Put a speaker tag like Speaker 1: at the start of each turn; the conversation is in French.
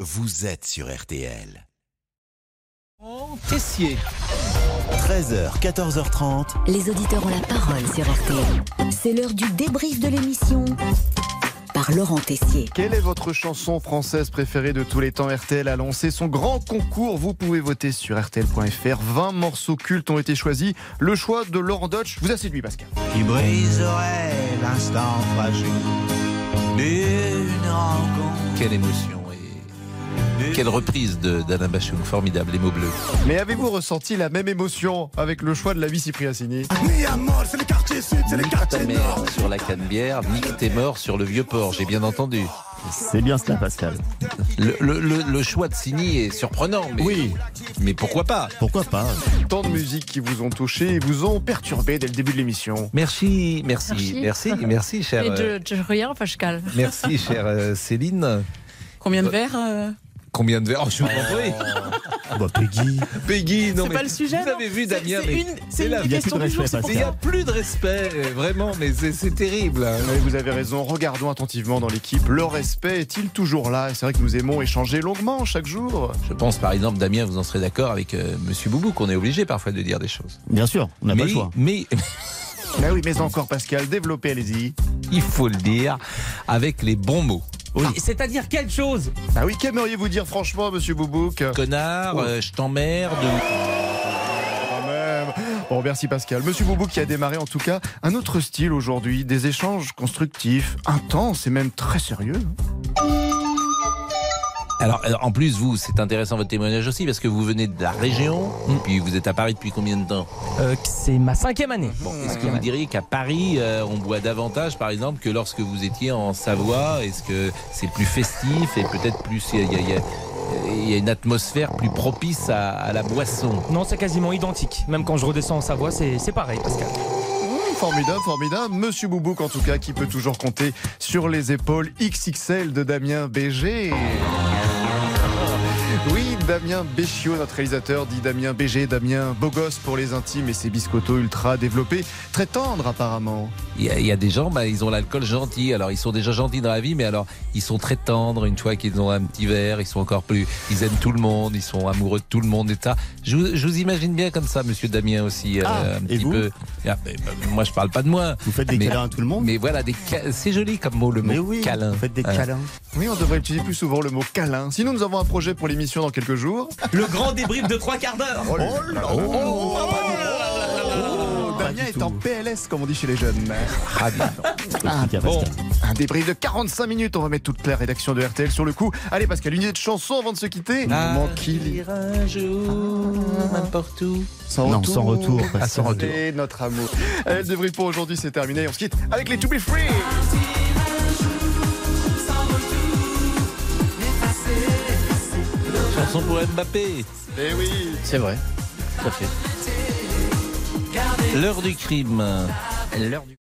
Speaker 1: vous êtes sur RTL.
Speaker 2: Tessier.
Speaker 1: 13h, 14h30.
Speaker 3: Les auditeurs ont la parole sur RTL. C'est l'heure du débrief de l'émission par Laurent Tessier.
Speaker 4: Quelle est votre chanson française préférée de tous les temps RTL a lancé son grand concours. Vous pouvez voter sur RTL.fr. 20 morceaux cultes ont été choisis. Le choix de Laurent Deutsch vous a séduit, Pascal.
Speaker 5: qui briserait l'instant fragile d'une rencontre.
Speaker 6: Quelle émotion et quelle reprise de- d'Alain Bachung, formidable, les mots bleus.
Speaker 4: Mais avez-vous ressenti la même émotion avec le choix de la vie Cypriacini
Speaker 6: Nique ta mère sur la canebière, nique tes morts sur le vieux port, j'ai bien entendu.
Speaker 7: C'est bien cela, Pascal.
Speaker 6: Le, le- le- le choix de Sini est surprenant, mais,
Speaker 7: Oui.
Speaker 6: mais pourquoi pas
Speaker 7: Pourquoi pas
Speaker 4: Tant de musiques qui vous ont touché et vous ont perturbé dès le début de l'émission.
Speaker 6: Merci, merci, merci,
Speaker 8: Merci.
Speaker 6: merci, cher,
Speaker 8: Et
Speaker 6: euh,
Speaker 8: je, je regarde Pascal.
Speaker 6: merci, chère euh, Céline.
Speaker 8: Combien de verres euh
Speaker 6: Combien de verres Oh, je vous en prie.
Speaker 7: Bah, Peggy.
Speaker 6: Peggy, non
Speaker 8: C'est
Speaker 6: mais
Speaker 8: pas le sujet,
Speaker 6: Vous
Speaker 8: non
Speaker 6: avez vu
Speaker 8: C'est-
Speaker 6: Damien,
Speaker 8: c'est
Speaker 6: mais
Speaker 8: une-
Speaker 6: c'est
Speaker 8: c'est
Speaker 6: la-
Speaker 8: une
Speaker 7: Il y a plus de
Speaker 8: question du jour,
Speaker 7: respect,
Speaker 8: c'est pour
Speaker 6: mais il n'y
Speaker 7: Pascal.
Speaker 6: a plus de respect, euh, vraiment, mais c'est c'est terrible. hein.
Speaker 4: Oui, vous avez raison, regardons attentivement dans l'équipe. Le respect est-il toujours là Et C'est vrai que nous aimons échanger longuement chaque jour.
Speaker 6: Je pense par exemple, Damien, vous en serez d'accord avec euh, Monsieur Boubou, qu'on est obligé parfois de dire des choses.
Speaker 7: Bien sûr, on n'a
Speaker 6: mais,
Speaker 7: pas le choix.
Speaker 6: mais
Speaker 4: Ah oui, mais encore Pascal, développez, allez-y.
Speaker 6: il faut le dire avec les bons mots.
Speaker 2: Ah. C'est-à-dire quelle chose
Speaker 4: Ah oui, qu'aimeriez-vous dire franchement, monsieur Boubouk
Speaker 7: Oh.
Speaker 6: Connard, euh, je t'emmerde.
Speaker 4: Quand même. Bon, merci Pascal. Monsieur Boubou qui a démarré en tout cas un autre style aujourd'hui, des échanges constructifs, intenses et même très sérieux.
Speaker 6: Alors, alors, en plus, vous, c'est intéressant votre témoignage aussi parce que vous venez de la région,
Speaker 7: Mm.
Speaker 6: puis vous êtes à Paris depuis combien de temps
Speaker 2: Euh, C'est ma cinquième année.
Speaker 6: Est-ce que vous diriez qu'à Paris, euh, on boit davantage, par exemple, que lorsque vous étiez en Savoie Est-ce que c'est plus festif et peut-être plus. Il y, a- il y a- il y a- il y a une atmosphère plus propice à, à la boisson
Speaker 2: Non, c'est quasiment identique. Même quand je redescends en Savoie, c'est c'est pareil, Pascal.
Speaker 4: Mmh, formidable, formidable. Monsieur Boubouk en tout cas qui peut toujours compter sur les épaules XXL de Damien BG. Oui, Damien Béchiot, notre réalisateur, dit Damien BG, Damien beau gosse pour les intimes et ses biscottos ultra développés, très tendres apparemment.
Speaker 6: Il y, a- il y a des gens, bah, ils ont l'alcool gentil. Alors, ils sont déjà gentils dans la vie, mais alors, ils sont très tendres. Une fois qu'ils ont un petit verre, ils sont encore plus. Ils aiment tout le monde, ils sont amoureux de tout le monde et ça. Je, vous- je vous imagine bien comme ça, monsieur Damien aussi. euh,
Speaker 7: Ah,
Speaker 6: un
Speaker 7: et
Speaker 6: petit
Speaker 7: vous
Speaker 6: peu. Ah, mais, bah, moi, je parle pas de moi. Ah,
Speaker 7: Vous faites des
Speaker 6: Mais-
Speaker 7: câlins à tout le monde
Speaker 6: Mais voilà, des ca- c'est joli comme mot, le mot
Speaker 7: Mais oui,
Speaker 6: câlin.
Speaker 7: vous faites des
Speaker 6: Euh,
Speaker 7: câlins.
Speaker 4: Oui, on devrait utiliser plus souvent le mot câlin. Sinon, nous avons un projet pour l'émission dans quelques jours.
Speaker 2: Le grand débrief de trois quarts d'heure.
Speaker 4: Oh, Damien est en PLS, comme on dit chez les jeunes.
Speaker 6: ah, bien.
Speaker 7: Explique à
Speaker 4: Bon,
Speaker 7: Pascal.
Speaker 4: un débrief de 45 minutes. On va mettre toute la rédaction de RTL sur le coup. Allez, Pascal, une idée de chanson avant de se quitter. Moment qu'il
Speaker 6: Partir un jour, n'importe où.
Speaker 4: Sans
Speaker 7: Non, sans retour.
Speaker 6: Ah, sans retour.
Speaker 4: Et notre amour. Allez, le débrief pour aujourd'hui, c'est terminé. On se quitte avec les To Be Free.
Speaker 6: Chanson pour Mbappé.
Speaker 4: Eh oui.
Speaker 6: C'est vrai. Tout à fait. L'heure du crime. L'heure du